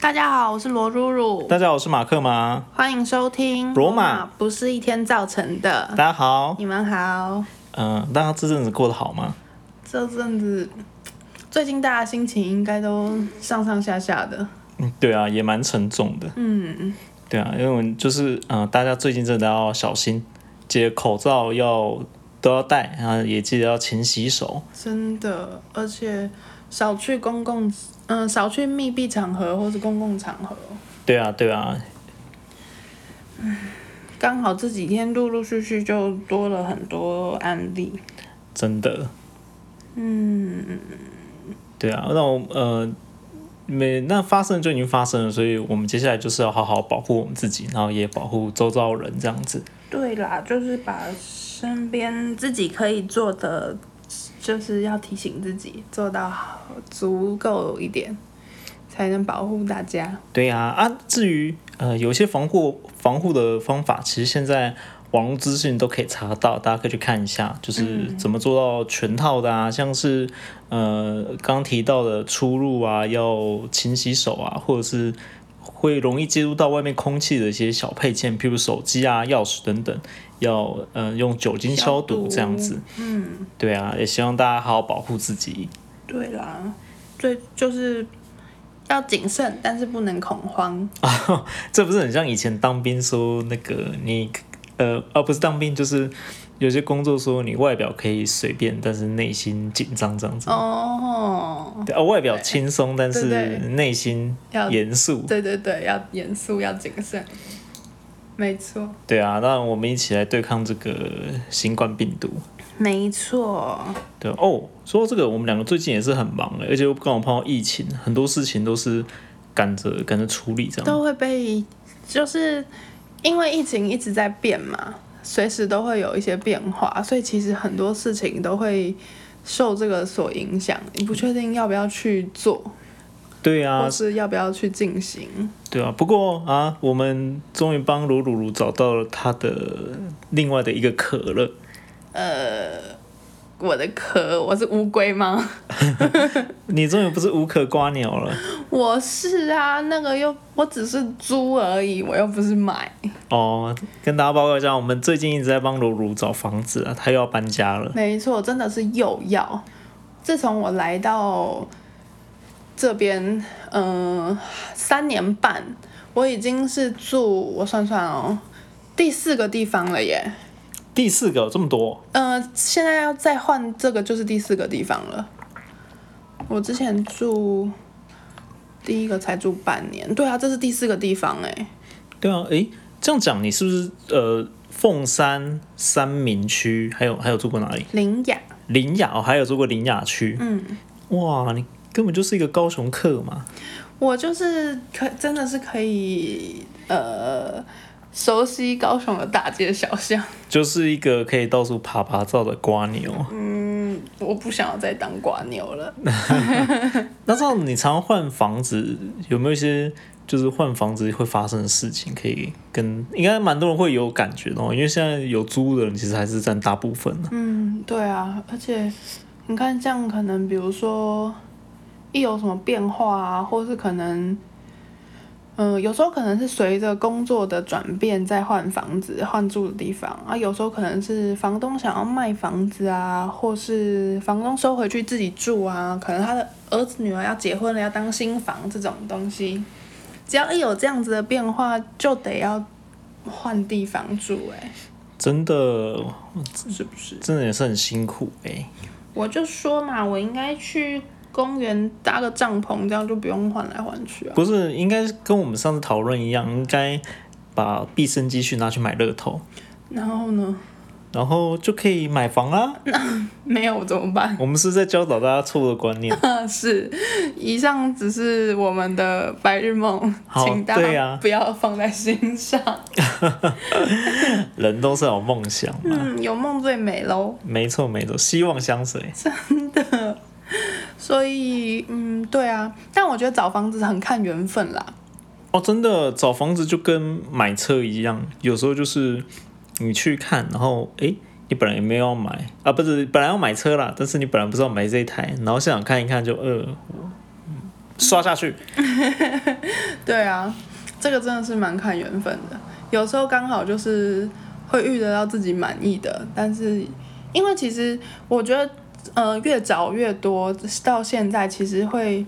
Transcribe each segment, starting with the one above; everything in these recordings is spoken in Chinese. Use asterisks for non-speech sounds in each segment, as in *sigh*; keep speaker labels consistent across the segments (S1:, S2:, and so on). S1: 大家好，我是罗露露，
S2: 大家好，我是马克马。
S1: 欢迎收听《
S2: 罗马
S1: 不是一天造成的》。
S2: 大家好，
S1: 你们好，
S2: 嗯、大家这阵子过得好吗？
S1: 这阵子最近大家心情应该都上上下下的，
S2: 嗯，对啊，也蛮沉重的。
S1: 嗯，
S2: 对啊，因为我们就是嗯、呃大家最近真的要小心，记得口罩要都要戴，然后也记得要勤洗手。
S1: 真的，而且少去公共，嗯、少去密闭场合或是公共场合。
S2: 对啊，对啊，
S1: 刚好这几天陆陆续续就多了很多案例，
S2: 真的。嗯，对啊，那我呃，没那发生就已经发生了，所以我们接下来就是要好好保护我们自己，然后也保护周遭人这样子。
S1: 对啦，就是把身边自己可以做的，就是要提醒自己做到好足够一点，才能保护大家。
S2: 对呀、啊，至于呃，有些防护防护的方法，其实现在网络资讯都可以查到，大家可以去看一下，就是怎么做到全套的啊，像是呃刚提到的出入啊，要勤洗手啊，或者是会容易接触到外面空气的一些小配件，譬如手机啊、钥匙等等，要呃用酒精消
S1: 消
S2: 毒
S1: 毒
S2: 这样子。
S1: 嗯，
S2: 对啊，也希望大家好好保护自己。
S1: 对啦，最就是要谨慎，但是不能恐慌。
S2: 这不是很像以前当兵说那个你呃，而、不是当兵，就是有些工作说你外表可以随便，但是内心紧张这样
S1: 嗯
S2: 子。
S1: 哦，
S2: 对啊，外表轻松，但
S1: 对
S2: 是
S1: 对
S2: 内心
S1: 要
S2: 严肃。
S1: 对对对，要严肃，要谨慎。没错，
S2: 对啊，那我们一起来对抗这个新冠病毒。
S1: 没错，
S2: 对哦，说到这个，我们两个最近也是很忙欸的，而且又刚好碰到疫情，很多事情都是赶着赶着处理这样。
S1: 都会被，就是因为疫情一直在变嘛，随时都会有一些变化，所以其实很多事情都会受这个所影响。你不确定要不要去做，
S2: 对啊
S1: 或，是要不要去进行。
S2: 对啊，不过啊，我们终于帮鲁鲁鲁找到了他的另外的一个可乐。
S1: 我的壳，我是乌龟吗？ *laughs*
S2: 你终于不是无可瓜鸟了
S1: 我是啊，那个又我只是租而已，我又不是买。
S2: 哦！跟大家报告一下，我们最近一直在帮鲁鲁找房子啊，他又要搬家 *laughs* 了。
S1: 没错，真的是又要。自从我来到这边，嗯、三年半，我已经是住我算算哦，第四个地方了耶。
S2: 第四个这么多，
S1: 呃，现在要再换这个就是第四个地方了。我之前住第一个才住半年，对啊，这是第四个地方哎。
S2: 对啊，诶，这样讲你是不是呃凤山三民区，还有还有住过哪里？
S1: 林雅，
S2: 林雅哦，还有住过林雅区。嗯，哇，你根本就是一个高雄客嘛。
S1: 我就是可真的是可以呃熟悉高雄的大街小巷。
S2: 就是一个可以到处爬爬照的瓜牛，
S1: 我不想要再当瓜牛了。
S2: 那这样你常换房子，有没有一些就是换房子会发生的事情，可以跟应该蛮多人会有感觉的哦，因为现在有租屋的人其实还是占大部分的。
S1: 嗯，对啊，而且你看，这样可能比如说一有什么变化啊，或是可能，嗯、有时候可能是随着工作的转变在换房子、换住的地方啊，有时候可能是房东想要卖房子啊，或是房东收回去自己住啊，可能他的儿子女儿要结婚了，要当新房这种东西，只要一有这样子的变化，就得要换地方住、哎，
S2: 真的，
S1: 是不是？
S2: 真的也是很辛苦哎、
S1: 我就说嘛，我应该去公园搭个帐篷，这样就不用换来换去啊。
S2: 不是，应该跟我们上次讨论一样，应该把毕生积蓄拿去买乐透，
S1: 然后呢，
S2: 然后就可以买房啦。
S1: 没有怎么办？
S2: 我们是在教导大家错误的观念。
S1: 是，以上只是我们的白日梦，
S2: 好
S1: 请大
S2: 对
S1: 家
S2: 啊
S1: 不要放在心上。
S2: 人都是有梦想嘛，
S1: 嗯，有梦最美喽。
S2: 没错没错，希望相随。
S1: 所以，嗯，对啊，但我觉得找房子很看缘分啦。
S2: 哦，真的找房子就跟买车一样，有时候就是你去看，然后诶，你本来也没有要买啊，不是本来要买车啦，但是你本来不知道买这一台，然后现场看一看就呃，嗯刷下去，
S1: 对啊，这个真的是蛮看缘分的。有时候刚好就是会遇得到自己满意的，但是因为其实我觉得，呃，越找越多，到现在其实会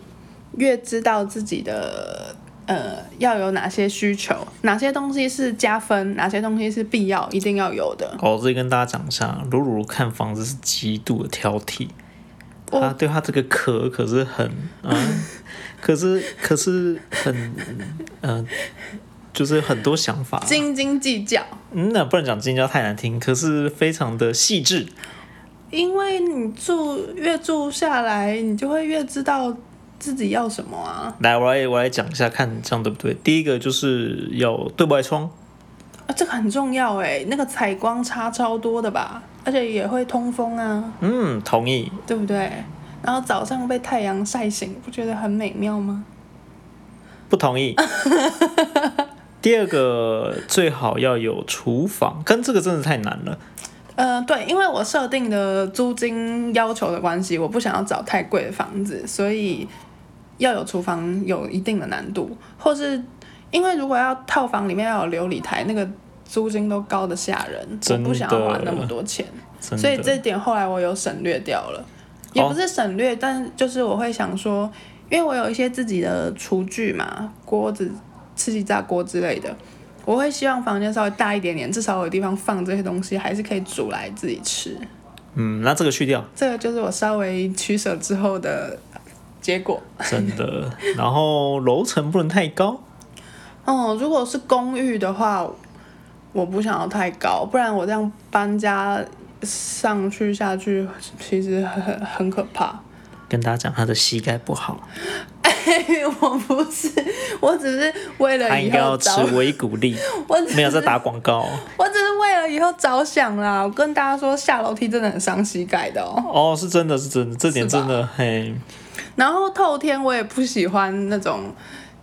S1: 越知道自己的呃要有哪些需求，哪些东西是加分，哪些东西是必要一定要有的。
S2: 哦，这里跟大家讲一下，鲁鲁看房子是极度的挑剔，啊
S1: 我
S2: 他对他这个壳可是很， *laughs* 嗯、可是可是很，嗯、就是很多想法啊、
S1: 斤斤计较，
S2: 嗯，那不能讲金交太难听，可是非常的细致。
S1: 因为你住越住下来，你就会越知道自己要什么啊。
S2: 来，我来我来讲一下，看这样对不对？第一个就是要对外窗，
S1: 啊，这个很重要哎，那个采光差超多的吧，而且也会通风啊，
S2: 嗯，同意。
S1: 对不对？然后早上被太阳晒醒，不觉得很美妙吗？
S2: 不
S1: *laughs*
S2: 同意。第二个最好要有厨房，跟这个真的太难了。
S1: 呃，对，因为我设定的租金要求的关系，我不想要找太贵的房子，所以要有厨房有一定的难度，或是因为如果要套房里面要有琉璃台，那个租金都高的吓人，我
S2: 真的
S1: 不想要花那么多钱，
S2: 真的
S1: 所以这点后来我有省略掉了，也不是省略，但就是我会想说，因为我有一些自己的厨具嘛，锅子、吃鸡炸锅之类的，我会希望房间稍微大一点点，至少有地方放这些东西，还是可以煮来自己吃。
S2: 嗯，那这个去掉，
S1: 这个就是我稍微取舍之后的结果。
S2: 真
S1: *laughs*
S2: 的。然后楼层不能太高，
S1: 哦、如果是公寓的话，我不想要太高，不然我这样搬家上去下去，其实很很很可怕。
S2: 跟大家讲他的膝盖不好，
S1: 我不是，我只是为
S2: 他
S1: 了
S2: 应
S1: 以
S2: 该要
S1: 后
S2: 吃
S1: 着，
S2: 维骨力，
S1: 我只
S2: 没有在
S1: 是
S2: 打广告
S1: *laughs*
S2: 哦
S1: 我只是为了以后着想啦。我跟大家说，下楼梯真的很伤膝盖的哦。
S2: 哦，是真的是真的，这点
S1: 是吧
S2: 真的嘿，
S1: 然后透天我也不喜欢那种，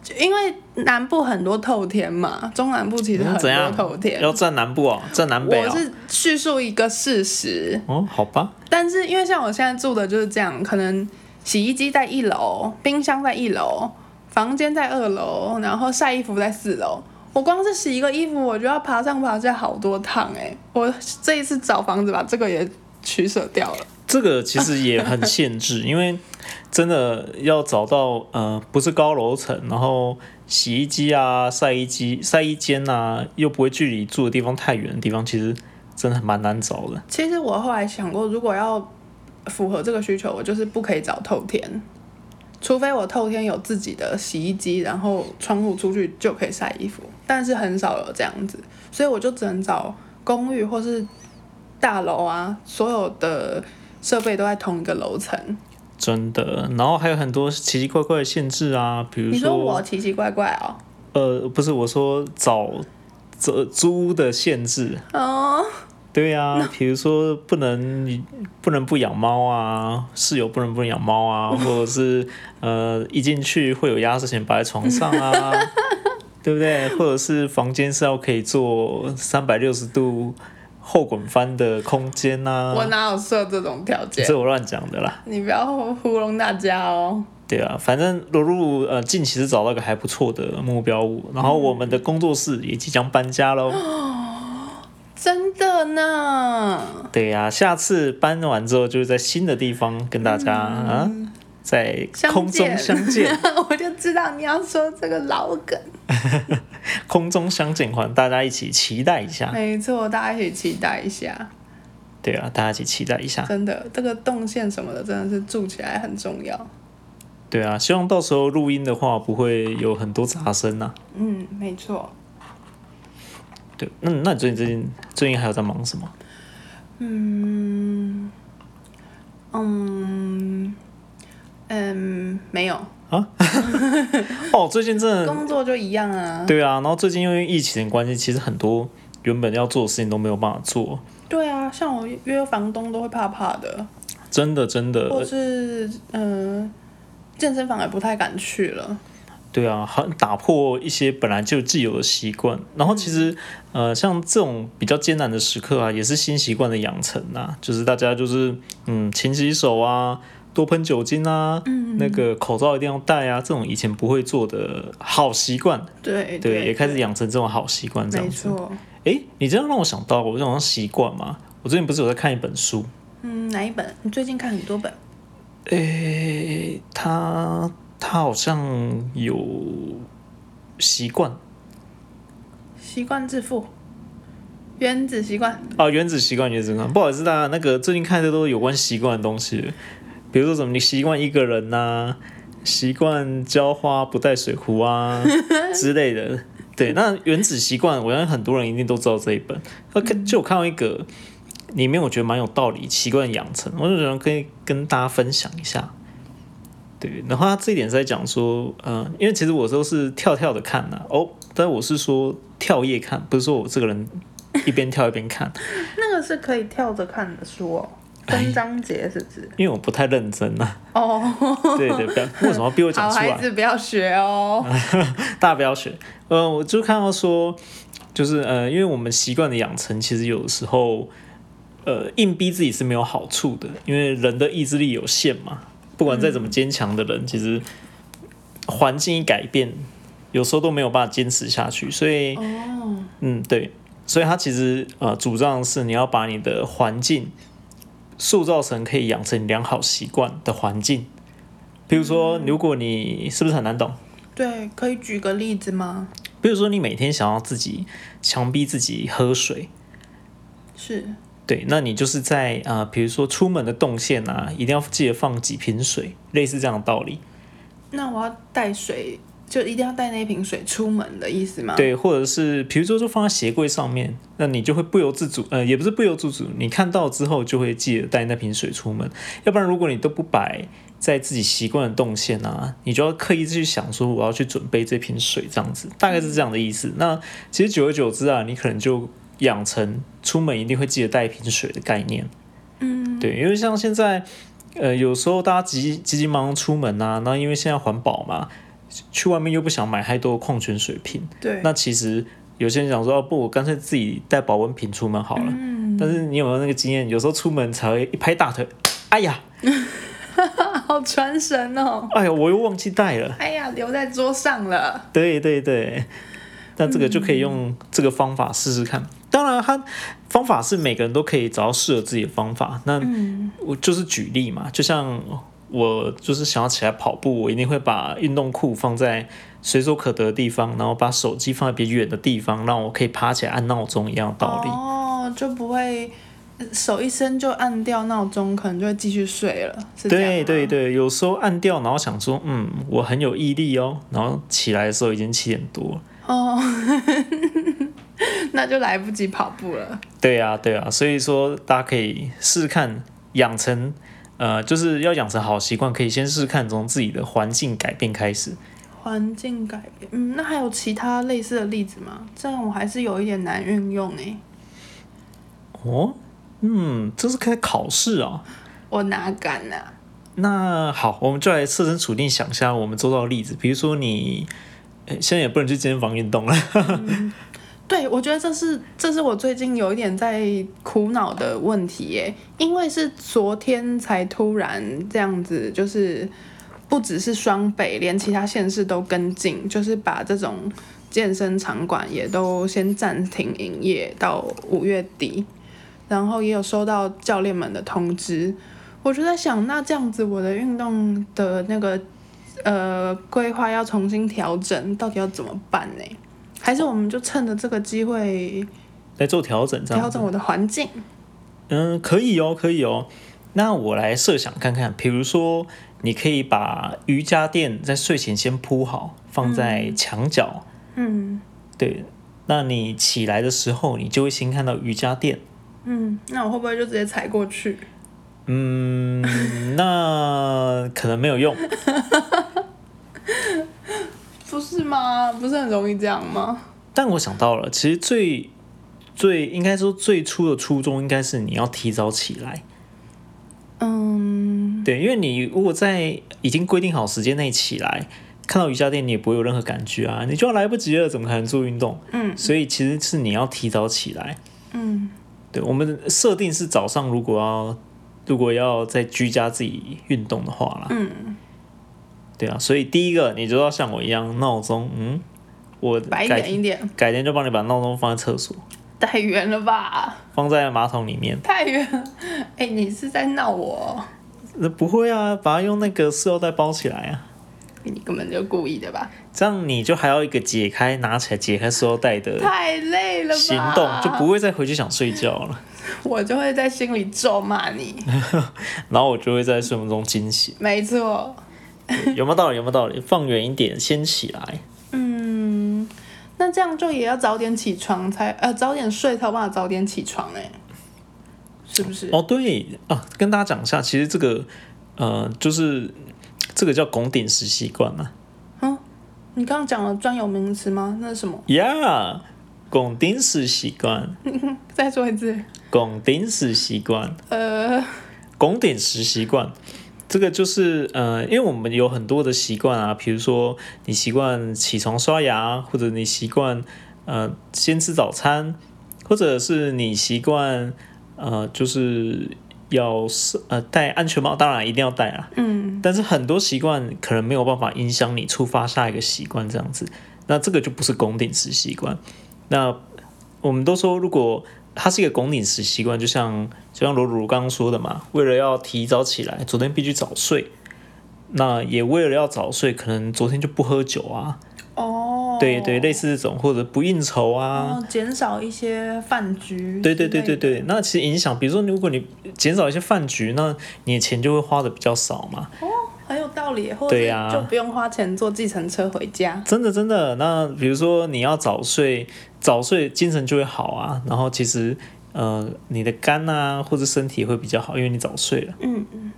S1: 就因为南部很多透天嘛，中南部其实很
S2: 嗯怎
S1: 多
S2: 样
S1: 透天。
S2: 要站南部哦，站南北
S1: 我
S2: 哦。
S1: 是叙述一个事实，
S2: 哦，好吧，
S1: 但是因为像我现在住的就是这样，可能洗衣机在一楼，冰箱在一楼，房间在二楼，然后晒衣服在四楼。我光是洗一个衣服，我就要爬上爬下好多趟哎、我这一次找房子把这个也取舍掉了。
S2: 这个其实也很
S1: *laughs*
S2: 限制，因为真的要找到呃不是高楼层，然后洗衣机啊、晒衣机、晒衣间啊，又不会距离住的地方太远的地方，其实真的蛮难找的。
S1: 其实我后来想过，如果要符合这个需求，我就是不可以找透天，除非我透天有自己的洗衣机，然后窗户出去就可以晒衣服，但是很少有这样子，所以我就只能找公寓或是大楼啊，所有的设备都在同一个楼层。
S2: 真的，然后还有很多奇奇怪怪的限制啊，比如
S1: 你说我奇奇怪怪哦，
S2: 呃，不是我说找这租屋的限制，
S1: 哦，
S2: 对啊，比如说不能不能不养猫啊，室友不能不能养猫啊，或者是呃一进去会有压岁钱摆在床上啊，对不对？或者是房间是要可以做三百六十度后滚翻的空间
S1: 我
S2: 呐、啊，
S1: 哪有设这种条件？
S2: 这我乱讲的啦。
S1: 你不要糊弄大家哦。
S2: 对啊，反正罗露呃近期是找到一个还不错的目标物，然后我们的工作室也即将搬家喽。
S1: 真的呢，
S2: 对呀、下次搬完之后，就是在新的地方跟大家啊，在空中相
S1: 相
S2: *laughs* 见，
S1: *laughs* 我就知道你要说这个老梗。
S2: 空中相见欢，大家一起期待一下。
S1: 没错，大家一起期待一下，
S2: 对啊，大家一起期待一下。
S1: 真的，这个动线什么的真的是住起来很重要。
S2: 对啊，希望到时候录音的话不会有很多杂声呐、
S1: 嗯，没错。
S2: 对，那那你最近最近最近还有在忙 *gasps* 什么？
S1: 嗯，嗯，嗯，没有，
S2: 哦，最近真的
S1: 工作就一样啊。
S2: 对啊，然后最近因为疫情的关系，其实很多原本要做的事情都没有办法做，
S1: 对啊，像我约房东都会怕怕的，
S2: 真的真
S1: 或
S2: 的，
S1: 是嗯、呃健身房也不太敢去了。
S2: 对啊，很打破一些本来就既有的习惯。然后其实，呃，像这种比较艰难的时刻啊，也是新习惯的养成啊，就是大家就是嗯勤洗手啊，多喷酒精啊，那个口罩一定要戴啊，这种以前不会做的好习惯，
S1: 对
S2: 对，也开始养成这种好习惯，这样
S1: 没
S2: 子。
S1: 错，
S2: 诶，你这样让我想到，我这种习惯嘛，我最近不是有在看一本书，
S1: 嗯，哪一本？你最近看很多本，
S2: 诶，它它好像有习惯
S1: 《习惯致富》《原子习惯》
S2: 啊，原子习惯，原子习惯。不好意思，大家那个最近看的都是有关习惯的东西，比如说什么你习惯一个人呐、习惯浇花不带水壶啊之类的。对，那原子习惯，我相信很多人一定都知道这一本。那看就我看到一个里面，我觉得蛮有道理，习惯养成，我就想可以跟大家分享一下。对，然后他这一点是在讲说，嗯、因为其实我都是跳跳的看呐、哦，但我是说跳页看，不是说我这个人一边跳一边看。
S1: 那个是可以跳着看的书哦，
S2: 哎
S1: 分章节是不是？
S2: 因为我不太认真啊。
S1: 哦，
S2: 对对，不要为什么要逼我讲
S1: *laughs* 好
S2: 出
S1: 孩
S2: 来？
S1: 子不要学哦。
S2: 大家不要学。呃，我就看到说，就是呃，因为我们习惯的养成，其实有的时候，呃，硬逼自己是没有好处的，因为人的意志力有限嘛。不管再怎么坚强的人，其实环境一改变，有时候都没有办法坚持下去。所以，
S1: 哦，
S2: 嗯，对，所以他其实呃主张是你要把你的环境塑造成可以养成良好习惯的环境。比如说，如果你是不是很难懂？
S1: 对，可以举个例子吗？
S2: 比如说，你每天想要自己强逼自己喝水，
S1: 是，
S2: 对，那你就是在呃，比如说出门的动线啊，一定要记得放几瓶水，类似这样的道理。
S1: 那我要带水，就一定要带那一瓶水出门的意思吗？，
S2: 对，或者是比如说就放在鞋柜上面，那你就会不由自主，呃，也不是不由自主，你看到之后就会记得带那瓶水出门。要不然如果你都不摆在自己习惯的动线啊，你就要刻意去想说我要去准备这瓶水这样子，大概是这样的意思。那其实久而久之啊，你可能就养成出门一定会记得带一瓶水的概念。嗯，对，因为像现在。呃，有时候大家急急急忙忙出门啊，那因为现在环保嘛，去外面又不想买太多矿泉水瓶，
S1: 对，
S2: 那其实有些人想说，哦、不，我干脆自己带保温瓶出门好了。
S1: 嗯，
S2: 但是你有没有那个经验？有时候出门才会一拍大腿，哎呀，
S1: 好传神哦。
S2: 哎呀，我又忘记带了。
S1: 哎呀，留在桌上了。
S2: 对对对，那这个就可以用这个方法试试看。当然，它方法是每个人都可以找到适合自己的方法。那
S1: 嗯，
S2: 我就是举例嘛，就像我就是想要起来跑步，我一定会把运动裤放在随手可得的地方，然后把手机放在比较远的地方，让我可以爬起来按闹钟一样的道理。
S1: 哦，就不会呃手一伸就按掉闹钟，可能就会继续睡了，是这样
S2: 对
S1: 吗
S2: 对对，有时候按掉，然后想说，嗯，我很有毅力哦，然后起来的时候已经七点多了。
S1: 哦， *laughs* 那就来不及跑步了。
S2: 对啊，对啊，所以说大家可以试试看养成，呃，就是要养成好习惯，可以先试试看从自己的环境改变开始。
S1: 环境改变，嗯，那还有其他类似的例子吗？这样我还是有一点难运用欸诶。
S2: 哦，嗯，这是开考试啊、
S1: 我哪敢啊呐、
S2: 那好，我们就来设身处地想一下我们周遭的例子，比如说你，呃现在也不能去健身房运动了，
S1: 对，我觉得这是这是我最近有一点在苦恼的问题耶，因为是昨天才突然这样子，就是不只是双北，连其他县市都跟进，就是把这种健身场馆也都先暂停营业到五月底，然后也有收到教练们的通知，我就在想，那这样子我的运动的那个呃规划要重新调整，到底要怎么办呢？还是我们就趁着这个机会
S2: 来做调整，这样
S1: 调
S2: 子
S1: 整。我的环境？
S2: 嗯，可以哦，可以哦。那我来设想看看，比如说，你可以把瑜伽垫在睡前先铺好，放在墙角。
S1: 嗯
S2: 对，那你起来的时候，你就会先看到瑜伽垫。
S1: 嗯，那我会不会就直接踩过去？
S2: 嗯，那可能没有用。
S1: 不是吗？不是很容易这样吗？
S2: 但我想到了，其实最最应该说最初的初衷，应该是你要提早起来。
S1: 嗯，
S2: 对，因为你如果在已经规定好时间内起来，看到瑜伽垫你也不会有任何感觉啊，你就要来不及了，怎么可能做运动？
S1: 嗯，
S2: 所以其实是你要提早起来。
S1: 嗯，
S2: 对，我们设定是早上如果要如果要在居家自己运动的话啦，
S1: 嗯，
S2: 对啊，所以第一个你就要像我一样闹钟，嗯，我
S1: 白一
S2: 改
S1: 点一点，
S2: 改天就帮你把闹钟放在厕所，
S1: 太远了吧，
S2: 放在马桶里面。
S1: *laughs* 太远了。哎、你是在闹我哦？
S2: 那不会啊，把它用那个塑料袋包起来啊，
S1: 你根本就故意的吧？
S2: 这样你就还要一个解开拿起来解开塑料袋的
S1: 太累了吧？
S2: 行动，就不会再回去想睡觉了。
S1: 我就会在心里咒骂 *laughs* 你。
S2: 然后我就会在睡梦中惊醒，
S1: 没错，
S2: 有没有道理？有没有道理？放远一点，先起来。
S1: 嗯，那这样就也要早点起床才，呃，早点睡才有办法早点起床哎、是不是？
S2: 哦，对啊，跟大家讲一下，其实这个呃，就是这个叫拱顶时习惯嘛。
S1: 你刚刚讲了专有名词吗？那是什么？
S2: Yeah，拱顶时习惯，
S1: 再说一次。
S2: 拱顶时习惯，
S1: 呃，
S2: 拱顶时习惯。这个就是呃，因为我们有很多的习惯啊，比如说你习惯起床刷牙，或者你习惯呃先吃早餐，或者是你习惯呃就是要是呃戴安全帽，当然一定要戴啊。
S1: 嗯，
S2: 但是很多习惯可能没有办法影响你触发下一个习惯这样子，那这个就不是拱顶式习惯。那我们都说，如果它是一个拱顶式习惯，就像就像罗鲁刚刚说的嘛，为了要提早起来，昨天必须早睡。那也为了要早睡，可能昨天就不喝酒啊，
S1: 哦，
S2: 对对，类似这种，或者不应酬啊，
S1: 哦，减少一些饭局。
S2: 对对对对。对，那其实影响，比如说如果你减少一些饭局，那你的钱就会花的比较少嘛。
S1: 很有道理，或者
S2: 对
S1: 是
S2: 呀
S1: 就不用花钱坐计程车回家。
S2: 真的真的，那比如说你要早睡，早睡精神就会好啊。然后其实呃，你的肝啊或者身体会比较好，因为你早睡了。
S1: 嗯
S2: 嗯。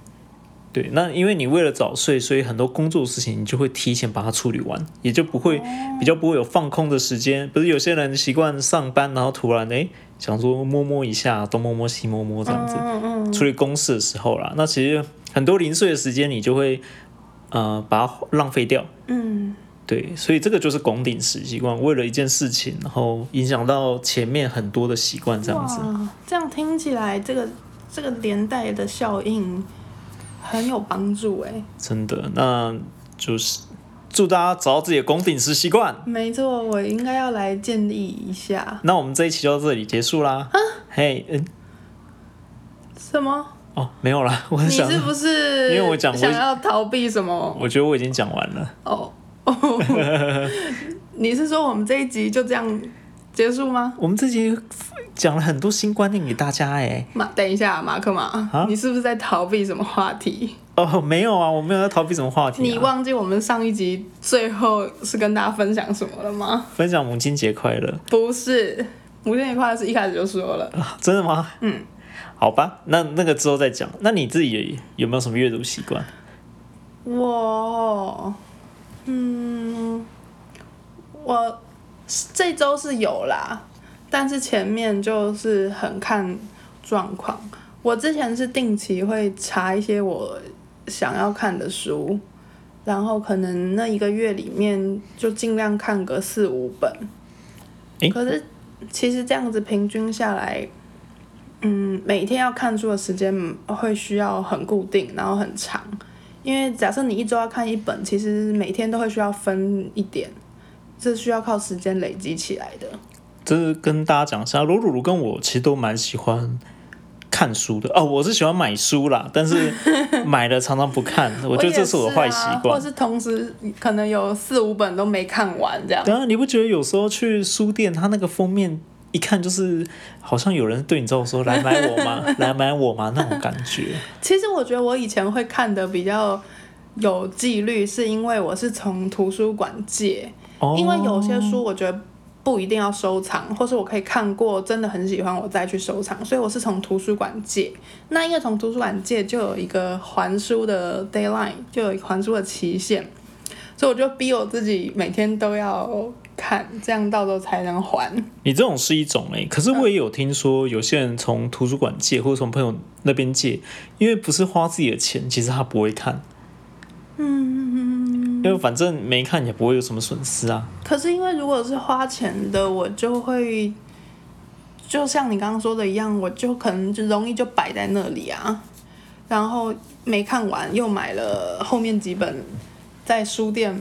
S2: 对，那因为你为了早睡，所以很多工作事情你就会提前把它处理完，也就不会比较不会有放空的时间。不是有些人习惯上班，然后突然哎想说摸摸一下，东摸摸西摸摸这样子，
S1: 嗯嗯
S2: 处理公事的时候啦，那其实很多零碎的时间你就会呃把它浪费掉。
S1: 嗯，
S2: 对，所以这个就是拱顶式习惯，为了一件事情，然后影响到前面很多的习惯，这样子。
S1: 哇，这样听起来，这个这个连带的效应很有帮助哎。
S2: 真的，那就是祝大家找到自己的拱顶式习惯。
S1: 没错，我应该要来建立一下。
S2: 那我们这一期就到这里结束啦。
S1: 啊
S2: 嘿，嗯，
S1: 什么？
S2: 哦，没有啦，我
S1: 你
S2: 想，
S1: 是不是？
S2: 因为我讲我
S1: 想要逃避什么？
S2: 我觉得我已经讲完了。
S1: 哦哦，你是说我们这一集就这样结束吗？
S2: 我们这集讲了很多新观念给大家、欸，
S1: 马，等一下，马克马，
S2: 啊
S1: 你是不是在逃避什么话题？
S2: 哦，没有啊，我没有在逃避什么话题、啊。
S1: 你忘记我们上一集最后是跟大家分享什么了吗？
S2: 分享母亲节快乐、
S1: 不是，母亲节快乐是一开始就说了。
S2: 啊真的吗？
S1: 嗯，
S2: 好吧，那那个之后再讲。那你自己有没有什么阅读习惯？
S1: 我，嗯，我这周是有啦，但是前面就是很看状况。我之前是定期会查一些我想要看的书，然后可能那一个月里面就尽量看个四五本。
S2: 诶
S1: 可是其实这样子平均下来，嗯，每天要看书的时间会需要很固定，然后很长。因为假设你一周要看一本，其实每天都会需要分一点，这需要靠时间累积起来的。
S2: 这是跟大家讲一下，罗鲁鲁跟我其实都蛮喜欢看书的哦，我是喜欢买书啦，但是买了常常不
S1: *laughs*
S2: 看，我觉得这是我的坏习
S1: 我也是啊或
S2: 惯。
S1: 是同时可能有四五本都没看完这样。
S2: 对啊，你不觉得有时候去书店，它那个封面一看就是好像有人对你这么说：“来买我吗？来买我吗？”那种感觉。
S1: 其实我觉得我以前会看的比较有纪律，是因为我是从图书馆借，
S2: 哦，
S1: *laughs* 因为有些书我觉得。不一定要收藏，或是我可以看过，真的很喜欢，我再去收藏。所以我是从图书馆借。那因为从图书馆借就有一个还书的 deadline，就有一个还书的期限，所以我就逼我自己每天都要看，这样到时候才能还。
S2: 你这种是一种哎、可是
S1: 嗯
S2: 我也有听说有些人从图书馆借，或者从朋友那边借，因为不是花自己的钱，其实他不会看，
S1: 嗯，
S2: 因为反正没看也不会有什么损失啊。
S1: 可是因为如果是花钱的，我就会，就像你刚刚说的一样，我就可能就容易就摆在那里啊。然后没看完，又买了后面几本在书店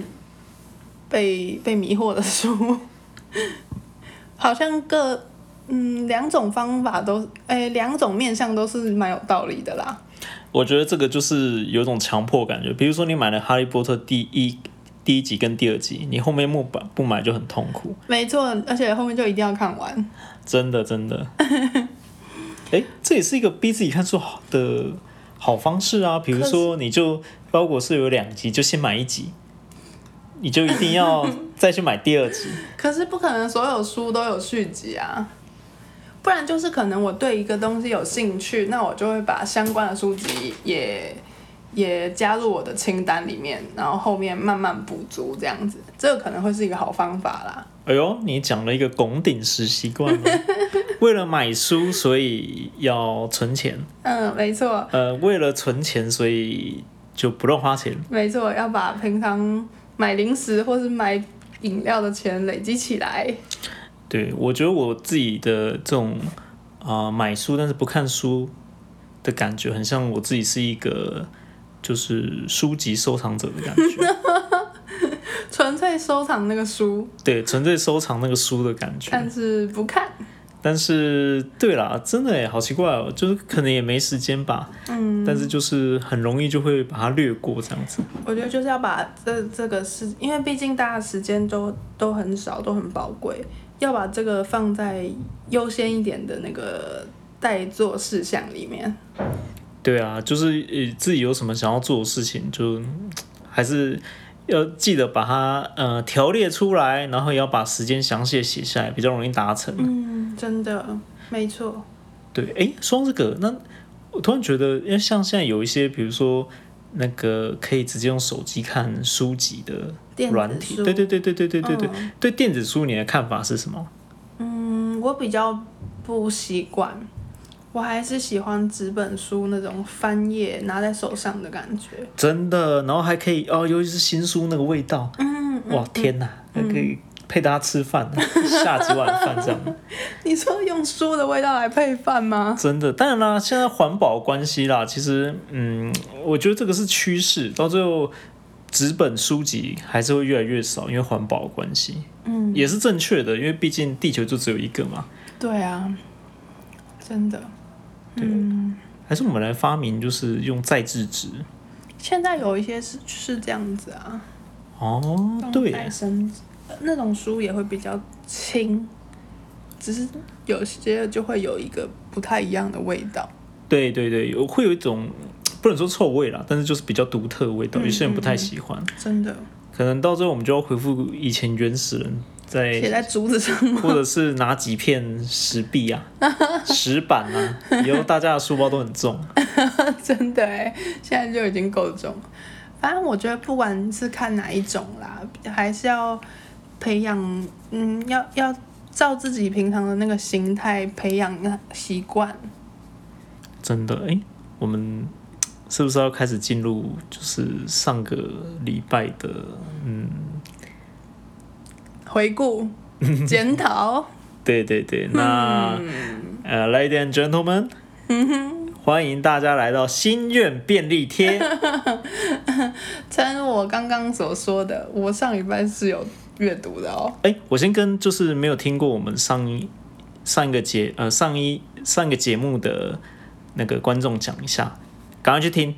S1: 被被迷惑的书， *laughs* 好像各嗯两种方法都，哎两种面向都是蛮有道理的啦。
S2: 我觉得这个就是有一种强迫感觉。比如说你买了《哈利波特》第一第一集跟第二集，你后面不买不买就很痛苦，
S1: 没错，而且后面就一定要看完。
S2: 真的真的。哎、这也是一个逼自己看书好的好方式啊。比如说，你就包裹是有两集，就先买一集，你就一定要再去买第二集。
S1: 可是不可能所有书都有续集啊，不然就是可能我对一个东西有兴趣，那我就会把相关的书籍也也加入我的清单里面，然后后面慢慢补足这样子，这个可能会是一个好方法啦。
S2: 哎呦，你讲了一个拱顶时习惯哦，为了买书，所以要存钱。
S1: 嗯，没错，
S2: 呃，为了存钱，所以就不乱花钱。
S1: 没错，要把平常买零食或是买饮料的钱累积起来。
S2: 对，我觉得我自己的这种啊、呃买书但是不看书的感觉，很像我自己是一个就是书籍收藏者的感觉，
S1: 纯粹收藏那个书，
S2: 对，纯粹收藏那个书的感觉。
S1: 但是不看。
S2: 但是对啦，真的耶好奇怪哦，就是可能也没时间吧，嗯，但是就是很容易就会把它略过这样子。
S1: 我觉得就是要把这这个事，因为毕竟大家时间都都很少，都很宝贵，要把这个放在优先一点的那个待做事项里面。
S2: 对啊，就是呃自己有什么想要做的事情，就嗯还是要记得把它呃条列出来，然后也要把时间详细地写下来，比较容易达成。
S1: 嗯，真的，没错。
S2: 对，哎，说到这个，那我突然觉得，因为像现在有一些，比如说那个可以直接用手机看书籍的
S1: 电子
S2: 软体，
S1: 书
S2: 对对对对对对对对，
S1: 嗯
S2: 对电子书你的看法是什么？
S1: 嗯，我比较不习惯，我还是喜欢纸本书那种翻页拿在手上的感觉。
S2: 真的，然后还可以哦，尤其是新书那个味道，
S1: 嗯，
S2: 哇天哪，还可以配大家吃饭， *laughs* 下几碗饭这样。
S1: *laughs* 你说用书的味道来配饭吗？
S2: *laughs* 真的，当然啦，现在环保关系啦，其实嗯，我觉得这个是趋势，到最后纸本书籍还是会越来越少，因为环保的关系，
S1: 嗯，
S2: 也是正确的，因为毕竟地球就只有一个嘛。
S1: 对啊，真的。
S2: 对
S1: 嗯。
S2: 还是我们来发明，就是用再制纸。
S1: 现在有一些是是这样子啊，
S2: 哦，
S1: 用再
S2: 对，
S1: 生纸呃那种书也会比较轻，只是有些就会有一个不太一样的味道。
S2: 对对对，有会有一种不能说臭味啦，但是就是比较独特的味道，
S1: 嗯
S2: 有些人不太喜欢。
S1: 真的，
S2: 可能到最后我们就要回复以前原始人在
S1: 写在竹子上吗？
S2: *laughs* 或者是拿几片石币啊、石板啊，以后大家的书包都很重。
S1: 真的哎，现在就已经够重了。反正我觉得不管是看哪一种啦，还是要培养，嗯，要要照自己平常的那个形态培养那习惯。
S2: 真的，哎、我们是不是要开始进入就是上个礼拜的嗯？
S1: 回顾、检讨， *laughs*
S2: 对对对，那、呃，ladies and gentlemen，、欢迎大家来到心愿便利贴。
S1: 正如我刚刚所说的，我上礼拜是有阅读的哦。
S2: 哎，我先跟就是没有听过我们上一上一个节呃上一上一个节目的那个观众讲一下，赶快去听。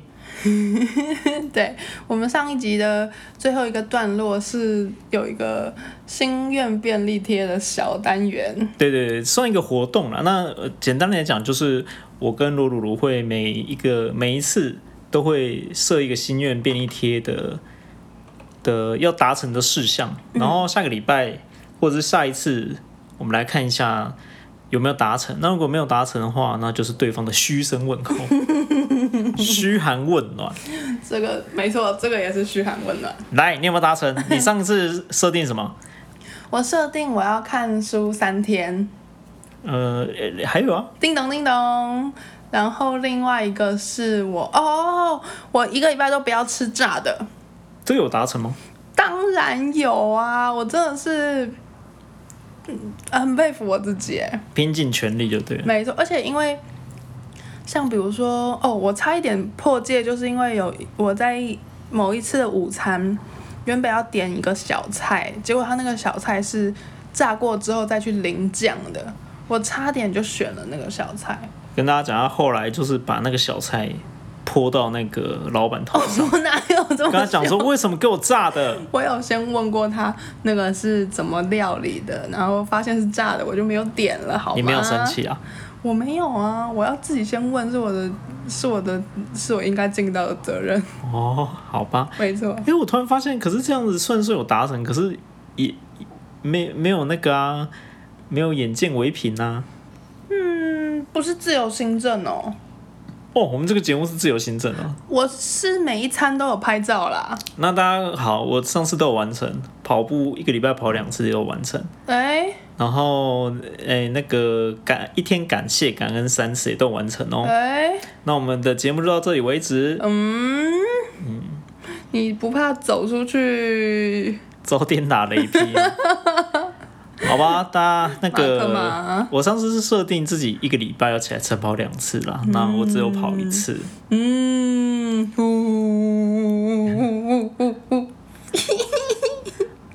S1: 对我们上一集的最后一个段落是有一个心愿便利贴的小单元，
S2: 对对对，算一个活动了。那、呃、简单来讲，就是我跟罗鲁鲁会每一个每一次都会设一个心愿便利贴的的要达成的事项，然后下个礼拜或者是下一次，我们来看一下有没有达成。那如果没有达成的话，那就是对方的嘘声问候，嘘寒问暖。
S1: 这个没错，这个也是嘘寒问暖。
S2: 来，你有没有达成？你上次设定什么？
S1: 我设定我要看书三天，
S2: 呃，呃还有啊，
S1: 叮咚叮咚。然后另外一个是我哦，我一个礼拜都不要吃炸的，
S2: 这个有达成吗？
S1: 当然有啊，我真的是，嗯，很佩服我自己耶。
S2: 拼尽全力就对了。
S1: 没错，而且因为像比如说，哦，我差一点破戒，就是因为有我在某一次的午餐，原本要点一个小菜，结果他那个小菜是炸过之后再去淋酱的，我差点就选了那个小菜。
S2: 跟大家讲，他后来就是把那个小菜泼到那个老板头
S1: 哦，
S2: 上，
S1: 我哪有这么
S2: 跟他讲说为什么给我炸的，
S1: 我有先问过他那个是怎么料理的，然后发现是炸的，我就没有点了，好吗？
S2: 你没有生？气啊？
S1: 我没有啊，我要自己先问，是我的，是我的，是我应该尽到的责任，
S2: 哦，好吧，
S1: 没错。
S2: 因为我突然发现，可是这样子算是有达成，可是也也没没有那个啊，没有眼见为凭啊。
S1: 嗯，不是自由行政哦，
S2: 哦，我们这个节目是自由行政啊。
S1: 我是每一餐都有拍照啦。
S2: 那大家好，我上次都有完成跑步，一个礼拜跑两次也有完成。
S1: 哎、
S2: 然后，诶、那个感一天感谢感恩三次也都有完成哦。
S1: 哎、
S2: 那我们的节目就到这里为止，
S1: 嗯，你不怕走出去
S2: 昨天打雷劈，啊
S1: *laughs*
S2: 好吧，大家那
S1: 马克
S2: 个，
S1: 吗？
S2: 我上次是设定自己一个礼拜要起来晨跑两次啦，那我只有跑一次。
S1: 嗯，呜呜呜呜呜。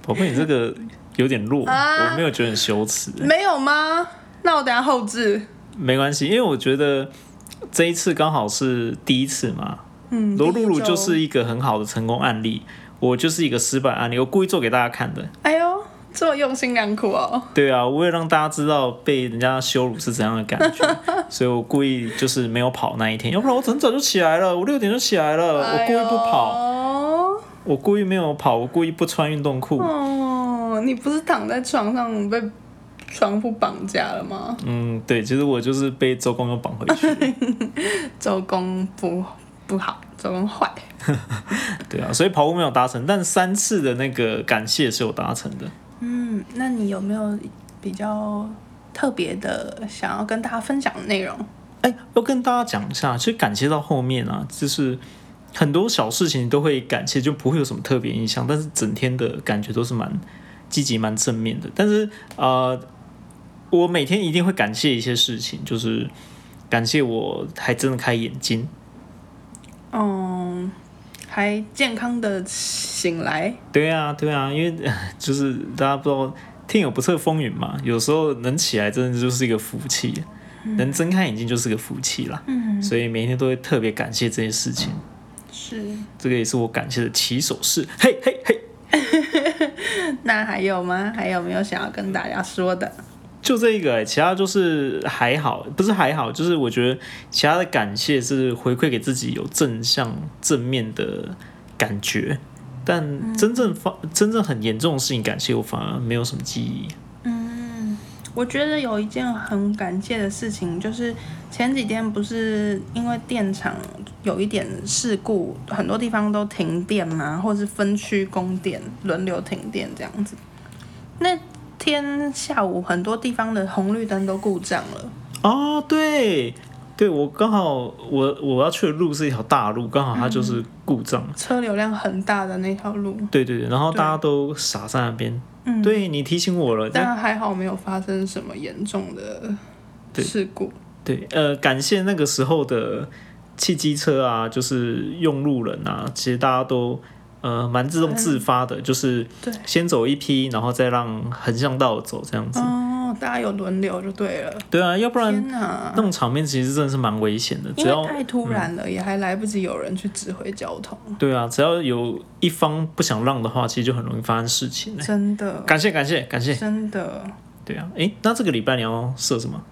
S2: 宝贝，你这个有点弱，
S1: 啊
S2: 我没有觉得很羞耻，
S1: 没有吗？那我等下后置。
S2: 没关系，因为我觉得这一次刚好是第一次嘛，
S1: 嗯，
S2: 罗露
S1: 第
S2: 露
S1: 一周
S2: 就是一个很好的成功案例，我就是一个失败案例，我故意做给大家看的。
S1: 哎呦，这么用心良苦哦。
S2: 对啊，我也让大家知道被人家羞辱是怎样的感觉，所以我故意就是没有跑那一天，要不然我很早就起来了，我六点就起来了，呃
S1: 哎
S2: 我故意不跑，
S1: 跑。
S2: 我故意没有跑，我故意不穿运动裤。
S1: 哦，你不是躺在床上被床铺绑架了吗？
S2: 嗯，对，其实我就是被周公又绑回去。
S1: 周公不不好，周公坏。
S2: 对啊，所以跑步没有达成，但三次的那个感谢是有达成的。
S1: 嗯，那你有没有比较特别的想要跟大家分享的内容？
S2: 哎，要跟大家讲一下，其实感谢到后面啊，就是很多小事情都会感谢，就不会有什么特别印象，但是整天的感觉都是蛮积极、蛮正面的。但是呃，我每天一定会感谢一些事情，就是感谢我还真的开眼睛，
S1: 嗯，还健康的醒来。
S2: 对啊，对啊，因为 *laughs* 呃就是大家不知道天有不测风云嘛，有时候能起来真的就是一个福气，能睁开眼睛就是个福气啦。
S1: 嗯，
S2: 所以每天都会特别感谢这些事情，
S1: 是。 *laughs*
S2: 这个也是我感谢的起手式。嘿嘿嘿，
S1: 那还有吗？还有没有想要跟大家说的？
S2: 就这一个、欸，其他就是还好，不是还好，就是我觉得其他的感谢是回馈给自己有正向正面的感觉。但真正发真正很严重的事情，感谢我反而没有什么记忆。
S1: 我觉得有一件很感谢的事情，就是前几天不是因为电厂有一点事故，很多地方都停电嘛，或者是分区供电轮流停电这样子。那天下午很多地方的红绿灯都故障了，
S2: 哦，对，对我刚好我我要去的路是一条大路，刚好它就是故障。
S1: 车流量很大的那条路，
S2: 对对对，然后大家都傻在那边。
S1: 嗯
S2: 对你提醒我了。那
S1: 但还好没有发生什么严重的
S2: 对
S1: 事故。
S2: 对，呃，感谢那个时候的汽机车啊，就是用路人啊，其实大家都呃蛮自动自发的，就是
S1: 嗯对
S2: 先走一批，然后再让横向道走这样子。
S1: 哦，大家有轮流就对了。
S2: 对啊，嗯要不然
S1: 天哪！
S2: 那种场面其实真的是蛮危险的，
S1: 因
S2: 只要嗯
S1: 为太突然了，也还来不及有人去指挥交通，
S2: 对啊，只要有一方不想让的话，其实就很容易发生事情、欸。
S1: 真的，
S2: 感谢感谢感谢，
S1: 真的，
S2: 对啊，诶，那这个礼拜你要设什么？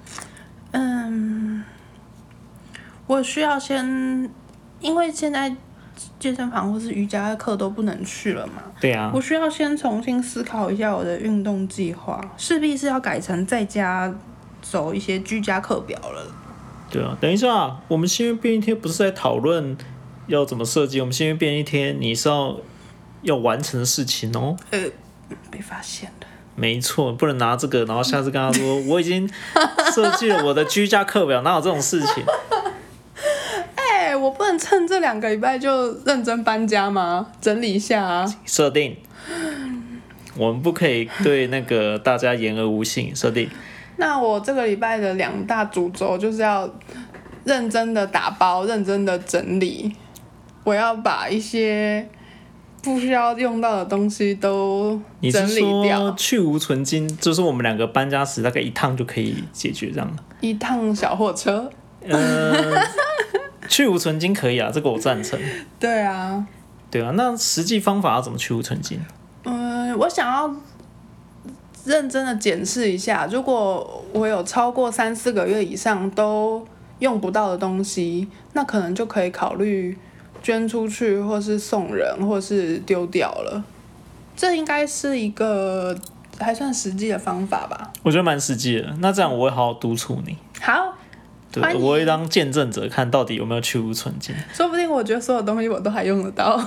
S1: 嗯，我需要先，因为现在健身房或是瑜伽课都不能去了嘛，
S2: 对啊，
S1: 我需要先重新思考一下我的运动计划，势必是要改成在家走一些居家课表了。
S2: 对啊，等一下，我们心愿便利贴不是在讨论要怎么设计？我们心愿便利贴你是要要完成的事情哦。
S1: 呃，被发现了，
S2: 没错，不能拿这个，然后下次跟他说我已经设计了我的居家课表，哪有这种事情？
S1: 哎、我不能趁这两个礼拜就认真搬家吗？整理一下啊。
S2: 设定，我们不可以对那个大家言而无信。设定，
S1: 那我这个礼拜的两大主轴就是要认真的打包，认真的整理。我要把一些不需要用到的东西都
S2: 你
S1: 整
S2: 是
S1: 理
S2: 说
S1: 掉，
S2: 去无存金，就是我们两个搬家时大概一趟就可以解决这样？
S1: 一趟小货车。
S2: 呃，去无存金可以啊，这个我赞成。
S1: 对啊，
S2: 对啊，那实际方法要怎么去无存金？
S1: 嗯，我想要认真的检视一下，如果我有超过三四个月以上都用不到的东西，那可能就可以考虑捐出去，或是送人，或是丢掉了。这应该是一个还算实际的方法吧。
S2: 我觉得蛮实际的。那这样我会好好督促你，
S1: 好，
S2: 对
S1: 欢迎
S2: 我会当见证者，看到底有没有去无存
S1: *laughs*
S2: 金。
S1: 说不定我觉得所有东西我都还用得到。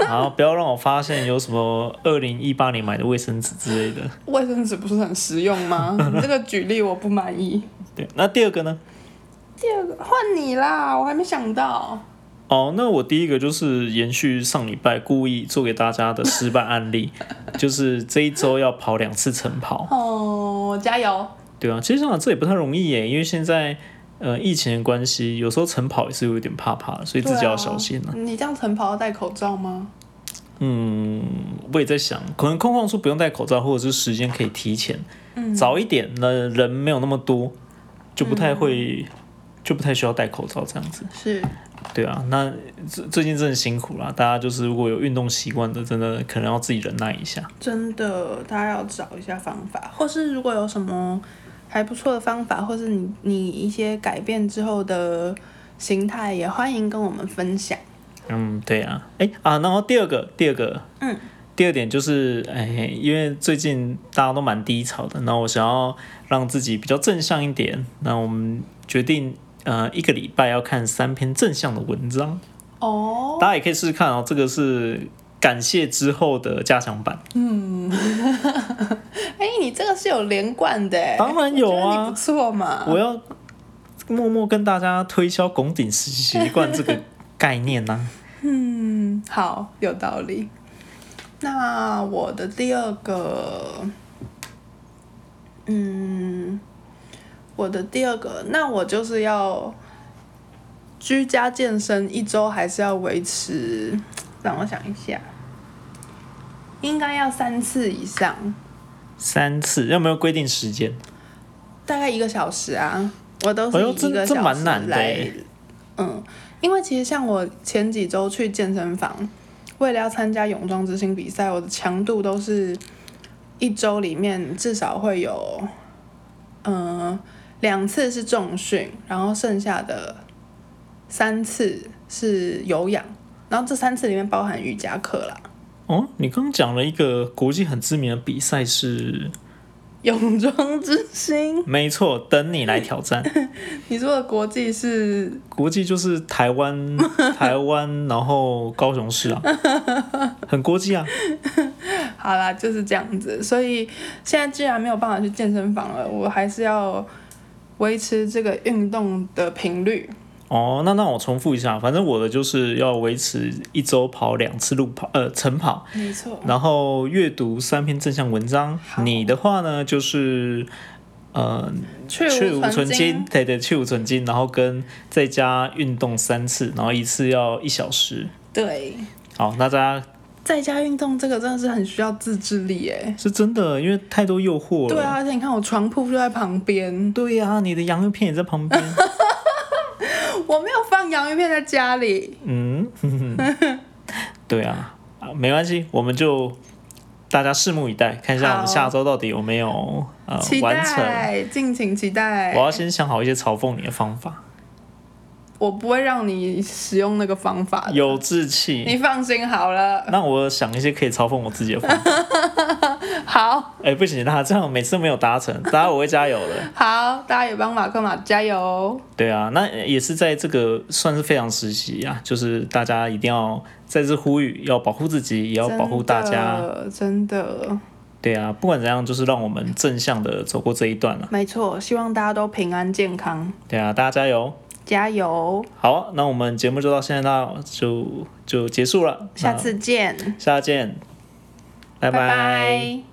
S2: 然后不要让我发现有什么二零一八年买的卫生纸之类的。
S1: 卫生纸不是很实用吗？你这个举例我不满意。
S2: 对，那第二个呢？
S1: 第二个换你啦，我还没想到。
S2: 哦，那我第一个就是延续上礼拜故意做给大家的失败案例， *laughs* 就是这一周要跑两次晨跑。
S1: 哦，加油！
S2: 对啊，其实想这也不太容易耶，因为现在呃疫情的关系，有时候晨跑也是有点怕怕的，所以自己要小心啊。
S1: 对啊你这样晨跑要戴口罩吗？
S2: 嗯，我也在想，可能空旷处不用戴口罩，或者是时间可以提前，早一点，那人没有那么多，就不太会，就不太需要戴口罩这样子。
S1: 是，
S2: 对啊，那最最近真的辛苦啦，大家就是如果有运动习惯的，真的可能要自己忍耐一下。
S1: 真的，大家要找一下方法，或是如果有什么还不错的方法，或是你你一些改变之后的形态，也欢迎跟我们分享。
S2: 嗯，对啊，哎啊，然后第二个，第二个，
S1: 嗯，
S2: 第二点就是，哎，因为最近大家都蛮低潮的，那我想要让自己比较正向一点，那我们决定。呃，一个礼拜要看三篇正向的文章，
S1: 哦，
S2: 大家也可以试试看哦。这个是感谢之后的加强版，
S1: 哎，你这个是有连贯的，
S2: 当然有
S1: 我觉得
S2: 啊
S1: 你不错嘛。
S2: 我要默默跟大家推销拱顶习惯这个概念啊呢、
S1: 嗯，好，有道理。那我的第二个，嗯，我的第二个，那我就是要居家健身一周，还是要维持？让我想一下，应该要三次以上，
S2: 三次，有没有规定时间？
S1: 大概一个小时啊。我都
S2: 哎
S1: 是
S2: 呦
S1: 以
S2: 这
S1: 一个
S2: 这
S1: 小
S2: 蛮
S1: 时
S2: 难的
S1: 来
S2: 欸，
S1: 嗯，因为其实像我前几周去健身房，为了要参加泳装之星比赛，我的强度都是一周里面至少会有，嗯，两次是重训，然后剩下的三次是有氧，然后这三次里面包含瑜伽课啦，
S2: 哦，你刚刚讲了一个国际很知名的比赛是，
S1: 泳装之星，
S2: 没错，等你来挑战。
S1: 你说的国际是
S2: 国际就是台湾，台湾，然后高雄市啊，很国际啊。
S1: *laughs* 好啦，就是这样子。所以现在既然没有办法去健身房了，我还是要维持这个运动的频率。
S2: 哦，那那我重复一下，反正我的就是要维持一周跑两次路跑，呃，晨跑，
S1: 没错，
S2: 然后阅读三篇正向文章。
S1: 哦好
S2: 你的话呢，就是呃
S1: 去
S2: 去
S1: 无
S2: 无存
S1: 存
S2: 金，
S1: 精。
S2: 对对，去无存金，然后跟在家运动三次，然后一次要一小时。
S1: 对，
S2: 好，那大家
S1: 在家运动这个真的是很需要自制力诶。
S2: 是真的，因为太多诱
S1: 哎
S2: 惑了。嗯
S1: 对啊，，而且你看我床铺就在旁边，
S2: 对呀、你的洋芋片也在旁边。
S1: 我没有放洋芋片在家里。
S2: 嗯， *laughs* 对啊，啊，没关系，我们就大家拭目以待，看一下我
S1: 好
S2: 们下周到底有没有呃
S1: 期
S2: 完成。
S1: 待，敬请期待
S2: 我。要先想好一些嘲讽你的方法，
S1: 我不会让你使用那个方法的，
S2: 有志气。
S1: 你放心好了。
S2: *laughs* 那我想一些可以嘲讽我自己
S1: *laughs*
S2: 的方法。
S1: 好
S2: 哎、不行啦，这样每次都没有达成，当然我会加油的。 *laughs*
S1: 好，大家也帮马克马加油哦。
S2: 对啊，那也是在这个算是非常时期啊，就是大家一定要再次呼吁，要保护自己，也要保护大
S1: 真
S2: 家。
S1: 的，真的，
S2: 对啊，不管怎样，就是让我们正向的走过这一段了、
S1: 没错。希望大家都平安健康，
S2: 对啊，大家加油！
S1: 加油！
S2: 好，那我们节目就到现在到，那就就结束了。
S1: 下次见，
S2: 那下次见，拜
S1: 拜拜